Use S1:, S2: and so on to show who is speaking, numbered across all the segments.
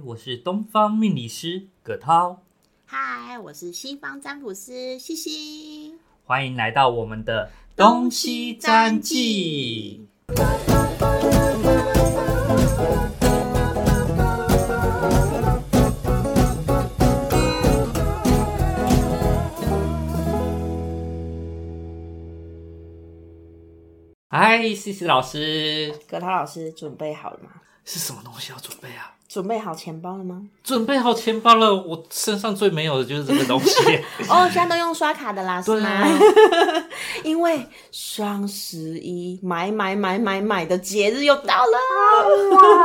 S1: 我是东方命理师葛涛，
S2: 嗨，我是西方占卜师西西。
S1: 欢迎来到我们的
S2: 东西占记。
S1: 嗨，西西老师，
S2: 葛涛老师准备好了吗？
S1: 是什么东西要准备啊？
S2: 准备好钱包了吗？
S1: 准备好钱包了，我身上最没有的就是这个东西。
S2: 哦，现在都用刷卡的啦，是
S1: 对
S2: 吗？
S1: 啊
S2: 因为双十一买买买买买的节日又到了，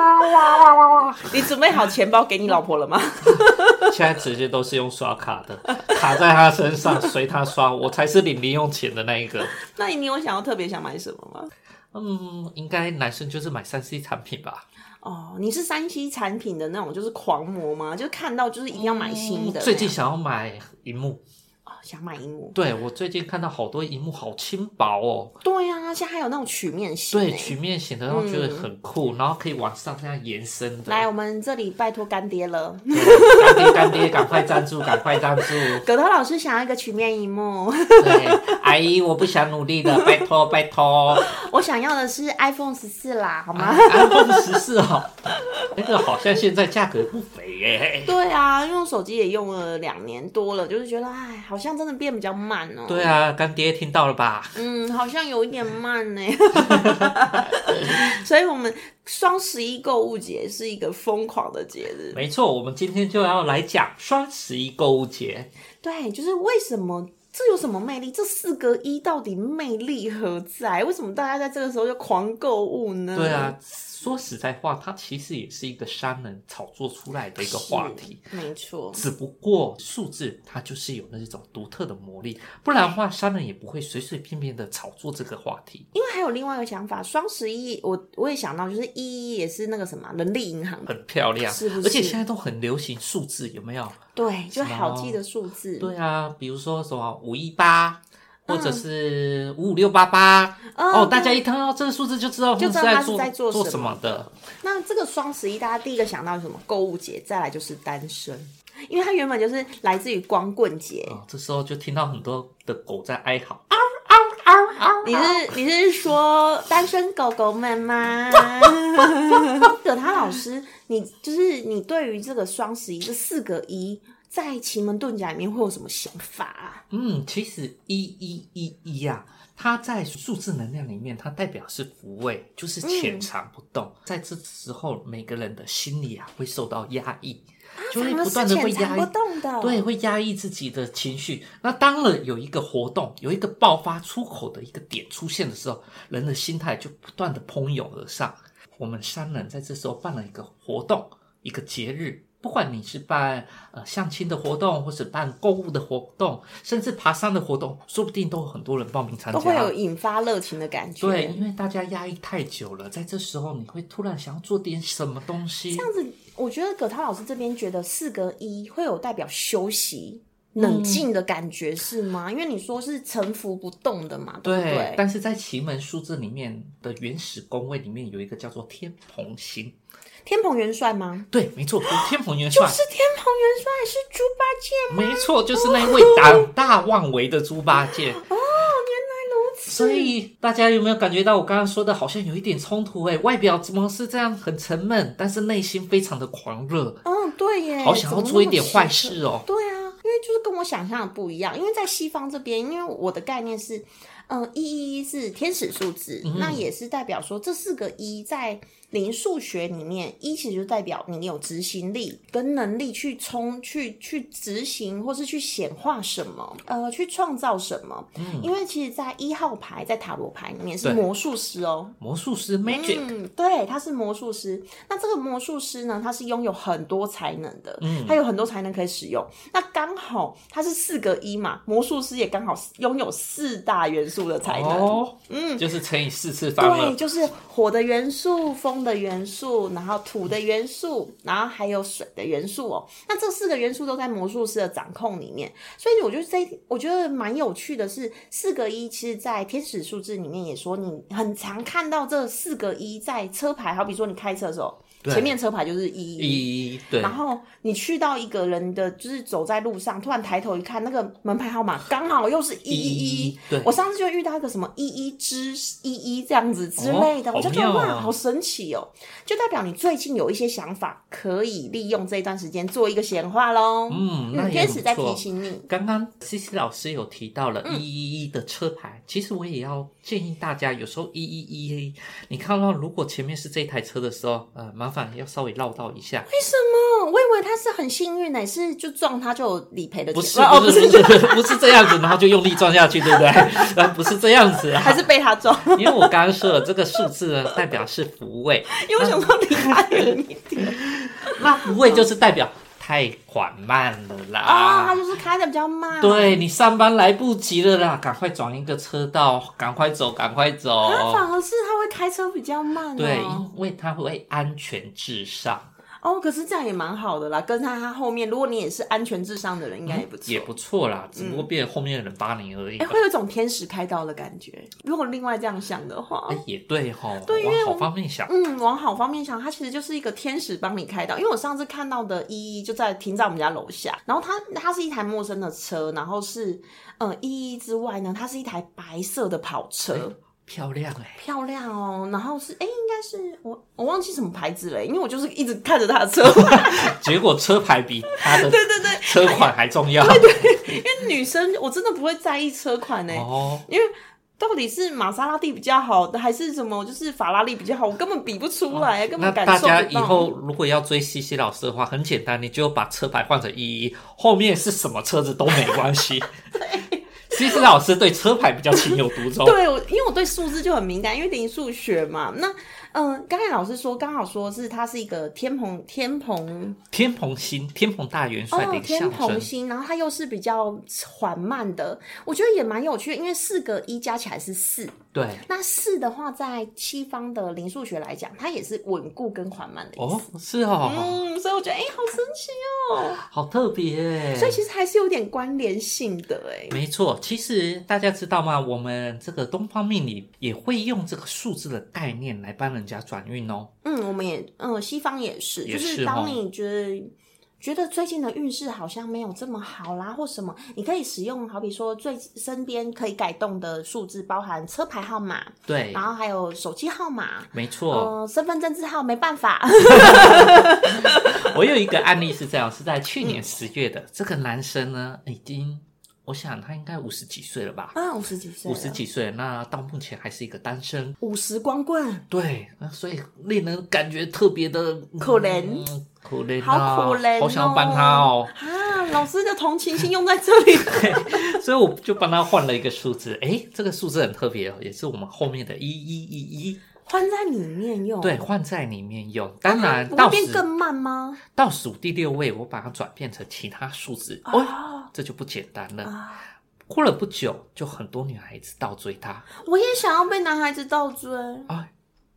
S2: 你准备好钱包给你老婆了吗？
S1: 现在直接都是用刷卡的， 卡在他身上，随他刷，我才是领零用钱的那一个。
S2: 那你有想要特别想买什么吗？
S1: 嗯，应该男生就是买三 C 产品吧，
S2: 哦，你是山西产品的那种，就是狂魔吗？就是看到就是一定要买新的那样。
S1: 最近想要买荧幕，
S2: 哦想买荧幕，
S1: 对我最近看到好多荧幕好轻薄哦，
S2: 对啊，现在还有那种曲面型欸。
S1: 对曲面显得让我觉得很酷，然后可以往上这样延伸的。
S2: 嗯来，我们这里拜托干爹了。
S1: 干爹干爹，赶快赞助，赶快赞助！
S2: 葛涛老师想要一个曲面荧幕，
S1: 对，阿姨，我不想努力了，拜托拜托。啊
S2: 我想要的是 iPhone 十四啦，好吗？
S1: iPhone 十四哦，那个好像现在价格不菲耶。
S2: 对啊，用手机也用了两年多了，就是觉得哎，好像真的变比较慢哦、
S1: 对，啊，干爹听到了吧？
S2: 嗯，好像有一点慢 呢、 所以，我们双十一购物节是一个疯狂的节日。
S1: 没错，我们今天就要来讲双十一购物节。
S2: 对，就是为什么这有什么魅力？这四个一到底魅力何在？为什么大家在这个时候就狂购物呢？
S1: 对啊，说实在话，它其实也是一个商人炒作出来的一
S2: 是，
S1: 个话题。
S2: 没错。
S1: 只不过数字它就是有那种独特的魔力，不然的话，商人也不会随随便便的炒作这个话题。
S2: 因为还有另外一个想法，双十一我我也想到，就是一也是那个什么人力银行的，
S1: 很漂亮，
S2: 是不
S1: 而且
S2: 是
S1: 现在都很流行数字，有没有？
S2: 对，就
S1: 什么
S2: 好记的数字。
S1: 对啊，比如说什么五一八，或者是五五六八八，哦，大家一看到这个数字就知道
S2: 就知道
S1: 他
S2: 他
S1: 们
S2: 是
S1: 是在
S2: 在
S1: 做
S2: 做
S1: 做
S2: 什
S1: 什么的。
S2: 那这个双十一，大家第一个想到是什么？购物节，再来就是单身，因为它原本就是来自于光棍节。
S1: 哦，这时候就听到很多的狗在哀嚎，
S2: 你是你是说单身狗狗们吗？ 葛他老师，你就是你对于这个双十一这四个一，在奇门遁甲里面会有什么想法啊？
S1: 嗯，其实一一一一呀，它在数字能量里面，它代表是福位，就是
S2: 嗯
S1: 潜藏不动。在这时候，每个人的心里啊会受到压抑，就会
S2: 他
S1: 不
S2: 们啊是
S1: 断的会
S2: 潜藏
S1: 压抑
S2: 不动的，
S1: 对，，会压抑自己的情绪。那当了有一个活动，有一个爆发出口的一个点出现的时候，人的心态就不断的喷涌而上。我们商人在这时候办了一个活动，一个节日，不管你是办呃相亲的活动，或是办购物的活动，甚至爬山的活动，说不定都有很多人报名参加。
S2: 都会有引发热情的感觉。
S1: 对，因为大家压抑太久了，在这时候你会突然想要做点什么东西
S2: 这。样子，我觉得葛涛老师这边觉得四个一会有代表休
S1: 嗯
S2: 息、冷静的感觉、是吗？因为你说是沉浮不动的嘛，对不
S1: 对
S2: 对，？
S1: 但是在奇门数字里面的原始宫位里面有一个叫做天蓬星，
S2: 天蓬元帅吗？
S1: 对，没错，天蓬元
S2: 就
S1: 帅，
S2: 是天蓬元帅，是猪八戒吗？
S1: 没错，就是那一
S2: 哦
S1: 位胆大妄为的猪八戒。哦，原来如此。所以大家有没有感觉到我刚刚说的好像有一点冲突、哎，外表怎么是这样很沉闷，但是内心非常的狂热，
S2: 嗯，对耶，
S1: 好想要
S2: 怎么那
S1: 做一
S2: 么
S1: 点
S2: 奇
S1: 坏
S2: 特。
S1: 事哦。
S2: 对啊，因为就是跟我想象的不一样，因为在西方这边，因为我的概念是，嗯，一一一是天使数字，那也是代表说这四个一在零数学里面，一其实就代表你有执行力跟能力去冲、去去执行，或是去显化什么，呃，去创造什么。因为其实，在一号牌在塔罗牌里面是
S1: 对
S2: 魔术师哦，
S1: 魔术师 magic，、
S2: 嗯，对，他是魔术师。那这个魔术师呢，他是拥有很多才能的，他有很多才能可以使用。那刚好他是四个一嘛，魔术师也刚好拥有四大元素的才能。
S1: 哦，嗯，就是乘以四次方
S2: 对，
S1: 了。
S2: 就是火的元素、风的元素，然后土的元素，然后还有水的元素哦。那这四个元素都在魔术师的掌控里面，所以我觉得这一我觉得蛮有趣的是，四个一其实，在天使数字里面也说，你很常看到这四个一在车牌，好比说你开车的时候，
S1: 对
S2: 前面车牌就是一
S1: 一
S2: 一。
S1: 对
S2: 然后你去到一个人的，就是走在路上，突然抬头一看，那个门牌号码刚好又是一一一。
S1: 对
S2: 我上次就遇到一个什么一一之一一这样子之类的，
S1: 哦
S2: 我就觉得
S1: 好妙啊
S2: 哇，好神奇哦！就代表你最近有一些想法，可以利用这一段时间做一个显化喽。
S1: 嗯，那也
S2: 天使
S1: 不
S2: 在
S1: 错
S2: 提。醒你，
S1: 刚刚 C C 老师有提到了一一一的车牌，其实我也要建议大家，有时候一一一，你看到如果前面是这台车的时候，呃，麻烦要稍微绕道一下。
S2: 为什么？我以为他是很幸运呢、是就撞他就有理赔的钱，
S1: 不是
S2: 哦
S1: 不是不是不是这样子，然后就用力撞下去，对不对？ 呃，不是这样子啊，
S2: 还是被他撞，
S1: 因为我刚刚说了，这个数字呢代表是福位，
S2: 因为我想说离他远一点
S1: 那福位就是代表太缓慢了啦。
S2: 啊，他就是开的比较慢。
S1: 对你上班来不及了啦，赶快转一个车道，赶快走，赶快走。
S2: 他反而是他会开车比较慢、哦，
S1: 哦对，因为它会安全至上，
S2: 哦，可是这样也蛮好的啦，跟在他后面，如果你也是安全至上的人，应该也不错。嗯
S1: 也不错啦。只不过变成后面的人扒你而已
S2: 哎、
S1: 吧。
S2: 会有一种天使开刀的感觉。如果另外这样想的话，
S1: 哎，也对吼，
S2: 对因为
S1: 往好
S2: 我
S1: 方面想，
S2: 嗯，往好方面想，它其实就是一个天使帮你开导。因为我上次看到的一一就在停在我们家楼下，然后它它是一台陌生的车，然后是呃一一之外呢，它是一台白色的跑车，
S1: 漂亮哎，
S2: 漂亮哦。然后是哎、应该是我我忘记什么牌子了，欸因为我就是一直看着它的车，
S1: 结果车牌比它的
S2: 对对对，
S1: 车款还重要。
S2: 因为女生我真的不会在意车款欸呢、
S1: 哦，
S2: 因为到底是玛莎拉蒂比较好，还是什么就是法拉利比较好，我根本比不出来，根
S1: 哦那
S2: 本感
S1: 大
S2: 受不到。
S1: 家以后如果要追西西老师的话，很简单，你就把车牌换成一一，后面是什么车子都没关 系。西西老师对车牌比较情有独钟，
S2: 对，我因为我对数字就很敏感，因为零数学嘛。那嗯，呃刚、才老师说，刚好说是它是一个天蓬天蓬
S1: 天蓬星，天蓬大元帅的一
S2: 哦
S1: 个
S2: 天
S1: 象
S2: 蓬
S1: 征。
S2: 星，然后它又是比较缓慢的，我觉得也蛮有趣的，因为四个一加起来是四，
S1: 对，
S2: 那四的话在西方的零数学来讲，它也是稳固跟缓慢的意思。
S1: 哦，是哦，
S2: 嗯，所以我觉得哎、好神奇哦！
S1: 好特别耶。
S2: 所以其实还是有点关联性的哎、
S1: 没错，其实大家知道吗？我们这个东方命理也会用这个数字的概念来帮人家转运哦。
S2: 嗯，我们也嗯，西方也是，
S1: 也
S2: 就是是
S1: 哦
S2: 当你觉得。觉得最近的运势好像没有这么好啦，或什么，你可以使用，好比说最身边可以改动的数字，包含车牌号码，
S1: 对哦
S2: 然，后还有手机号码，
S1: 没错。
S2: 呃，身份证字号，没办法，
S1: 我有一个案例是这样，是
S2: 嗯
S1: 在去年十月的。这个男生呢，已经我想他应该五十几岁了吧，
S2: 啊，五十几岁，
S1: 五十，几岁，那到目前还是一个单身。
S2: 五十光棍，
S1: 对，那所以令人感觉特别的
S2: 可怜
S1: 嗯可怜、啊，
S2: 好可怜、哦，
S1: 好想要帮他哦。
S2: 啊，老师的同情心用在这里，
S1: 所以我就帮他换了一个数字，诶，这个数字很特别哦，也是我们后面的一一一一，
S2: 换在里面用，
S1: 对，换在里面用。当然，
S2: 不
S1: 倒
S2: 会哦变更
S1: 数
S2: 慢吗？
S1: 倒数第六位，我把它转变成其他数字，哦，
S2: 啊
S1: 这就不简单了。
S2: 啊！
S1: 过了不久，就很多女孩子倒追他
S2: 我也想要被男孩子倒追，
S1: 啊，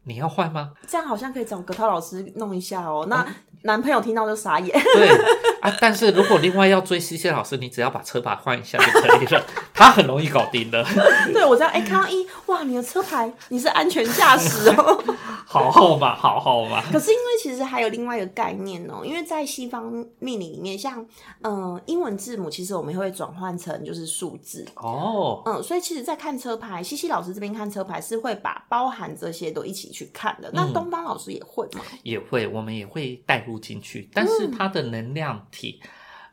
S1: 你要换吗？
S2: 这样好像可以找葛涛老师弄一下哦。那男朋友听到就傻眼，
S1: 对啊，但是如果另外要追西西老师，你只要把车牌换一下就可以了， 他很容易搞定的，
S2: 对我这样哎，看到一哇，你的车牌你是安全驾驶哦。
S1: 好号码，好号码。
S2: 可是因为其实还有另外一个概念哦，因为在西方命理里面，像嗯、呃英文字母，其实我们会转换成就是数字。
S1: 哦，
S2: 嗯，所以其实，在看车牌，西西老师这边看车牌是会把包含这些都一起去看的。那东方老师也会吗？
S1: 也会，我们也会带入进去，但是
S2: 嗯
S1: 它的能量体。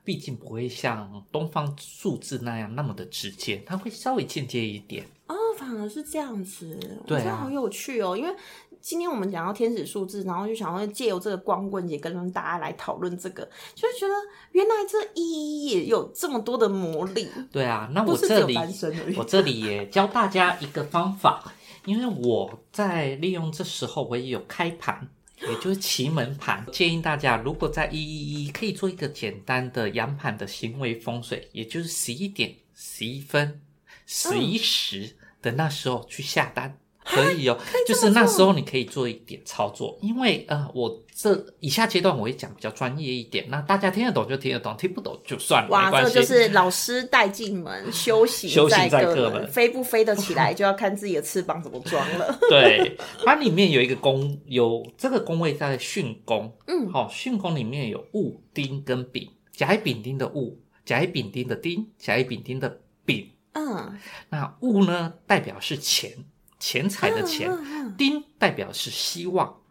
S1: 毕竟不会像东方数字那样那么的直接，它会稍微间接一点。
S2: 哦，反而是这样子，我
S1: 对啊
S2: 觉得好有趣哦。因为今天我们讲到天使数字，然后就想要借由这个光棍节跟大家来讨论这个，就会觉得原来这一也有这么多的魔力，
S1: 对啊，那
S2: 不
S1: 我
S2: 是
S1: 这
S2: 只有
S1: 里
S2: 单身而已
S1: 我。这里也教大家一个方法，因为我在利用这时候我也有开盘，也就是奇门盘，建议大家如果在一一一可以做一个简单的阳盘的行为风水，也就是
S2: 嗯
S1: 十一点、十一分、十一时的那时候去下单。可以哦，就是那时候你可以做一点操作，因为呃，我这以下阶段我会讲比较专业一点，那大家听得懂就听得懂，听不懂就算了，没
S2: 哇，这
S1: 关
S2: 个
S1: 系。
S2: 就是老师带进门，修行
S1: 修行在
S2: 各
S1: 各门
S2: 飞不飞得起来就要看自己的翅膀怎么装 了。
S1: 对，它里面有一个宫，有这个宫位在巽宫，
S2: 嗯，
S1: 好、巽宫里面有戊、丁跟丙，甲乙丙丁的戊，甲乙丙丁的丁，甲乙丙丁的丙。
S2: 嗯，
S1: 那戊呢，代表是钱，钱财的钱；
S2: 嗯嗯嗯
S1: 丁代表是希望，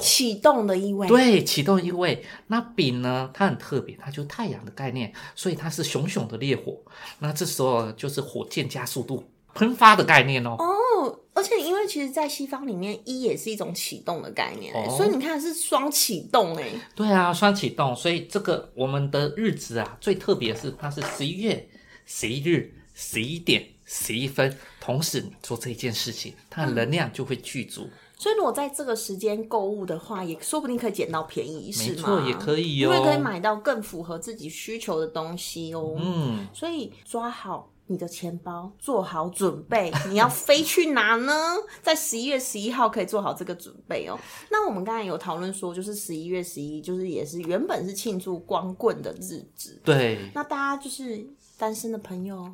S2: 启动的意味。，
S1: 对，启动一位。那丙呢，它很特别，它就是太阳的概念，所以它是熊熊的烈火。那这时候就是火箭加速度喷发的概念哦。
S2: 哦，而且因为其实，在西方里面，一也是一种启动的概念、欸
S1: 哦
S2: 所以你看是双启动哎、
S1: 对啊，双启动，所以这个我们的日子啊，最特别是它是十一月十一日十一点十一分，同时你做这一件事情，它的能量就会具足，
S2: 所以如果在这个时间购物的话，也说不定可以捡到便宜，
S1: 没
S2: 是
S1: 错
S2: 吗？，
S1: 也可以
S2: 因为
S1: 哦。
S2: 可以买到更符合自己需求的东西哦。
S1: 嗯，
S2: 所以抓好你的钱包，做好准备，你要飞去哪呢？在十一月十一号可以做好这个准备哦。那我们刚才有讨论说，就是十一月十一，就是也是原本是庆祝光棍的日子。
S1: 对，
S2: 那大家就是单身的朋友，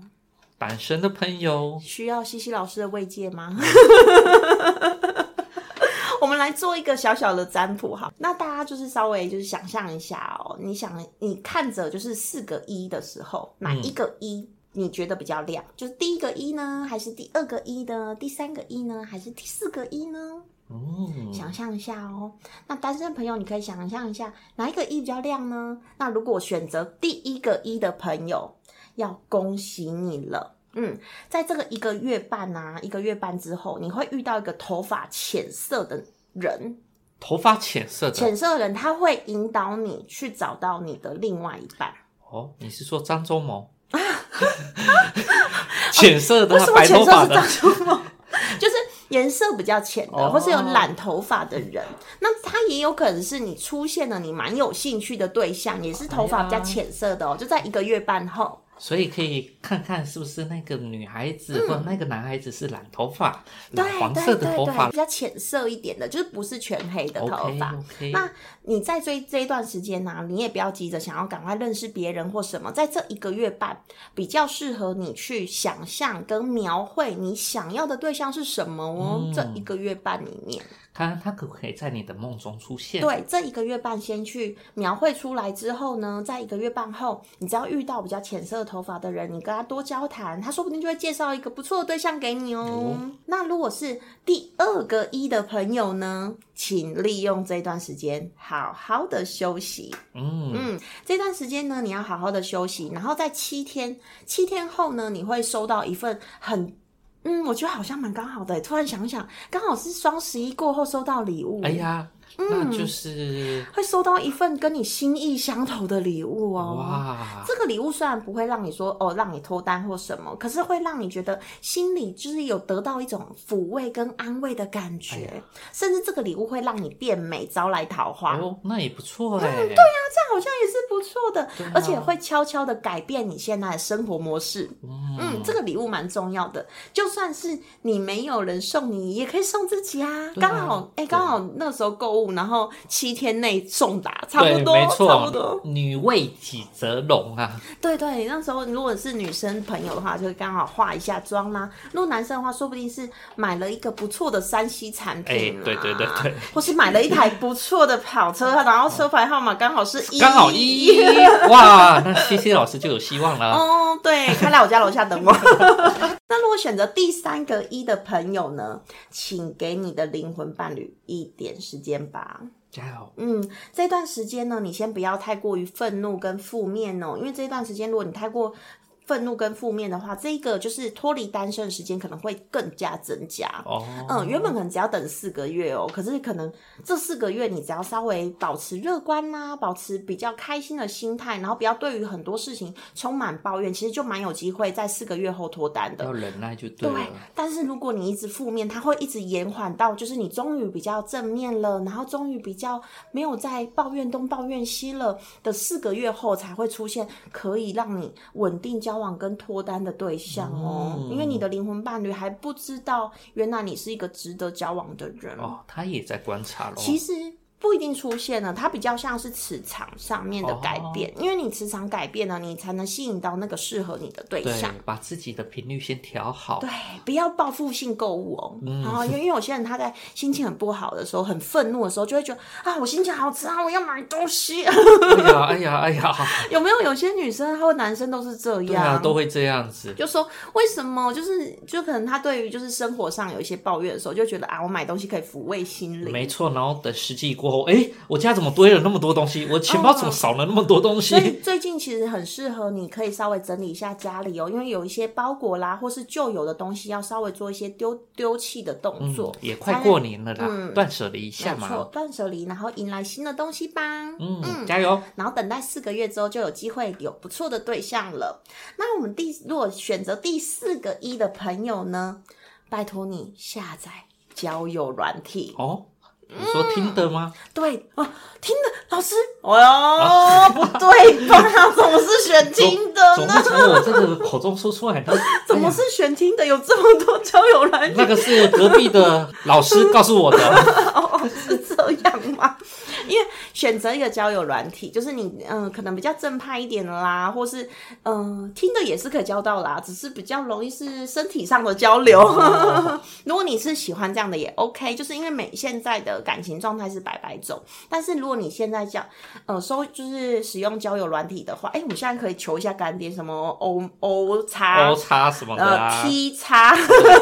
S1: 单身的朋友，
S2: 需要西西老师的慰藉吗？我们来做一个小小的占卜哈，那大家就是稍微就是想象一下哦，你想你看着就是四个一的时候，哪一个一你觉得比较亮？就是第一个一呢，还是第二个一呢？第三个一呢，还是第四个一呢？
S1: 嗯，
S2: 想象一下哦。那单身朋友，你可以想象一下哪一个一比较亮呢？那如果选择第一个一的朋友，要恭喜你了。嗯，在这个一个月半啊，一个月半之后，你会遇到一个头发浅色的人，
S1: 头发浅色的
S2: 浅色的人他会引导你去找到你的另外一半。
S1: 哦，你是说张忠谋？ 浅色的啊，
S2: 哦为什么
S1: 白
S2: 浅
S1: 头
S2: 色
S1: 发
S2: 是
S1: 的
S2: 张，忠谋？就是颜色比较浅的，
S1: 哦
S2: 或是有染头发的人，那他也有可能是你出现了你蛮有兴趣的对象，也是头发
S1: 哎
S2: 比较浅色的哦，就在一个月半后。
S1: 所以可以看看是不是那个女孩子或者那个男孩子是染头发，
S2: 嗯对
S1: 染黄
S2: 对
S1: 色
S2: 对
S1: 的头
S2: 对，
S1: 发
S2: 比较浅色一点的，就是不是全黑的头发。
S1: OK，
S2: 那你在这这一段时间呢、你也不要急着想要赶快认识别人或什么，在这一个月半，比较适合你去想象跟描绘你想要的对象是什么哦。
S1: 嗯
S2: 这一个月半里面，
S1: 看它可不可以在你的梦中出现？，
S2: 对，这一个月半先去描绘出来之后呢，在一个月半后，你只要遇到比较浅色的头发的人，你跟他多交谈，他说不定就会介绍一个不错的对象给你哦。
S1: 哦
S2: 那如果是第二个一的朋友呢，请利用这段时间好好的休息。
S1: 嗯，
S2: 嗯，这段时间呢，你要好好的休息，然后在七天，七天后呢，你会收到一份很。嗯，我觉得好像蛮刚好的。欸突然想想，刚好是双十一过后收到礼物。
S1: 哎呀，那
S2: 嗯
S1: 就是
S2: 会收到一份跟你心意相投的礼物哦。
S1: 哇，
S2: 这个礼物虽然不会让你说哦，让你脱单或什么，可是会让你觉得心里就是有得到一种抚慰跟安慰的感觉，
S1: 哎
S2: 甚至这个礼物会让你变美，招来桃花。
S1: 哦，那也不错
S2: 嗯
S1: 哎，对呀，
S2: 这样好像也是不错的，
S1: 对啊
S2: 而且会悄悄的改变你现在的生活模式。嗯，
S1: 嗯，
S2: 这个礼物蛮重要的，就算是你没有人送你，也可以送自己啊。
S1: 对啊
S2: 刚、好，哎、
S1: 对
S2: 刚好那时候购物，然后七天内送达，差不
S1: 对
S2: 多，
S1: 没
S2: 差不多
S1: 错。，女为己则容啊，
S2: 对对，那时候如果是女生朋友的话，就会刚好化一下妆啦、如果男生的话，说不定是买了一个不错的山西产品、啊，
S1: 哎对对对对，
S2: 或是买了一台不错的 跑车，然后车牌号码刚好是一，
S1: 刚好 一哇，那 C C 老师就有希望了。
S2: 哦，对，开来我家楼下等我。 那如果选择第三个一的朋友呢，请给你的灵魂伴侣一点时间吧。
S1: 加油，
S2: 嗯，这段时间呢，你先不要太过于愤怒跟负面哦，因为这段时间如果你太过愤怒跟负面的话，这个就是脱离单身的时间可能会更加增加。
S1: 哦，
S2: 嗯，原本可能只要等四个月哦，可是可能这四个月你只要稍微保持乐观啦、保持比较开心的心态，然后不要对于很多事情充满抱怨，其实就蛮有机会在四个月后脱单的。
S1: 要忍耐就对
S2: 对
S1: 了。，
S2: 但是如果你一直负面，它会一直延缓到，就是你终于比较正面了，然后终于比较没有在抱怨东抱怨西了的四个月后，才会出现可以让你稳定交交往跟脱单的对象哦，因为你的灵魂伴侣还不知道，原来你是一个值得交往的人。
S1: 哦，他也在观察咯。
S2: 其实不一定出现了，它比较像是磁场上面的改变，因为你磁场改变了，你才能吸引到那个适合你的对
S1: 对
S2: 象。，
S1: 把自己的频率先调好。
S2: 对，哎不要报复性购物哦。
S1: 嗯
S2: 然后，因为因为有些人他在心情很不好的时候，很愤怒的时候，就会觉得啊，我心情好差，我要买东西。
S1: 哎呀，哎呀，哎呀，
S2: 有没有有些女生或男生都是这
S1: 对
S2: 样？
S1: 啊，都会这样子。
S2: 就说为什么？就是就可能他对于就是生活上有一些抱怨的时候，就觉得啊，我买东西可以抚慰心灵。
S1: 没错，然后等实际过后，哎，我家怎么堆了那么多东西？我钱包怎么少了那么多东西
S2: 所？ 以最近其实很适合，你可以稍微整理一下家里哦，因为有一些包裹啦，或是旧有的东西，要稍微做一些丢丢弃的动作，
S1: 也快
S2: 才能
S1: 过年了啦，断舍离一下
S2: 嗯没错
S1: 嗯嘛。
S2: 断舍离，然后迎来新的东西吧。嗯
S1: 嗯，加油！
S2: 然后等待四个月之后，就有机会有不错的对象了。那我们第如果选择第四个一的朋友呢，拜托你下载交友软体。
S1: 哦，你说听的吗？
S2: 对哦，听的老师，哦哟，不对 吧？怎么是选听的
S1: 总
S2: 嗯呢？
S1: 不从我这个口中说出来呢？ 哎
S2: 怎么是选听的？有这么多交友软
S1: 那
S2: 体
S1: 个是隔壁的老师告诉我 的。哦
S2: 是这样吗？ 因为选择一个交友软体，就是你嗯、呃可能比较正派一点的啦，或是嗯、呃听的也是可以交到啦，只是比较容易是身体上的交流。
S1: 哦
S2: 如果你是喜欢这样的也 OK，就是因为每现在的感情状态是百百种，但是如果你现在叫呃收就是使用交友软体的话，哎、我们现在可以求一下干爹什么 O O 叉
S1: O 叉什么的
S2: 啊呃
S1: 啊
S2: T 叉。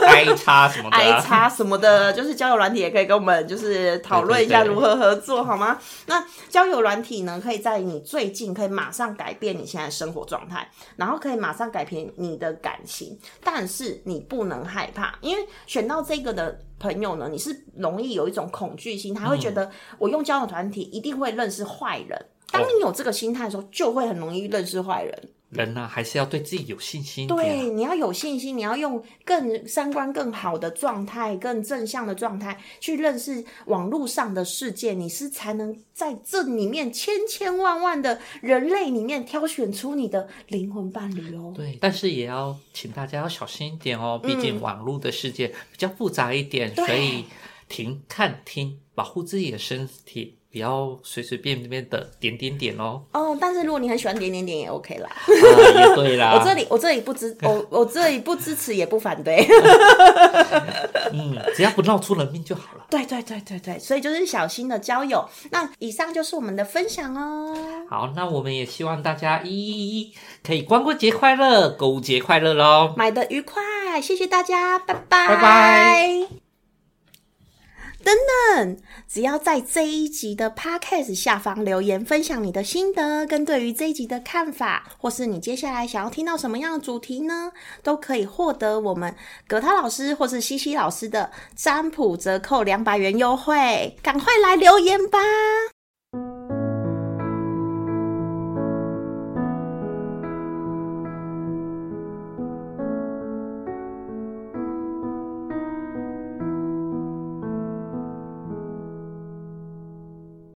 S1: ，I 叉什么的
S2: I
S1: 啊，
S2: 叉什么的，就是交友软体也可以跟我们就是讨论一下
S1: 对对对
S2: 如何合作，好吗？那交友软体呢，可以在你最近可以马上改变你现在生活状态，然后可以马上改变你的感情，但是你不能害怕，因为选到这个的。朋友呢，你是容易有一种恐惧心，他会
S1: 嗯
S2: 觉得我用交友团体一定会认识坏人。当你有这个心态的时候，就会很容易认识坏人。
S1: 人呢还是要对自己有信心一点啊。
S2: 对，你要有信心，你要用更三观更好的状态、更正向的状态去认识网络上的世界，你是才能在这里面千千万万的人类里面挑选出你的灵魂伴侣哦。
S1: 对，但是也要请大家要小心一点哦，毕竟网络的世界比较复杂一点，
S2: 嗯对
S1: 所以停、看、听，保护自己的身体，不要随随便便的点点点 哦。
S2: 哦，但是如果你很喜欢点点点也 OK 啦，
S1: 啊，也对啦，
S2: 我这里我这里不支我我这里不支持也不反对。
S1: 嗯，只要不闹出人命就好了。
S2: 对对对对对，所以就是小心的交友。那以上就是我们的分享哦。
S1: 好，那我们也希望大家一一一可以光棍节快乐，购物节快乐喽！
S2: 买的愉快，谢谢大家，拜拜，
S1: 拜拜。
S2: 等等，只要在这一集的 podcast 下方留言，分享你的心得跟对于这一集的看法，或是你接下来想要听到什么样的主题呢，都可以获得我们葛涛老师或是西西老师的占卜折扣两百元优惠，赶快来留言吧！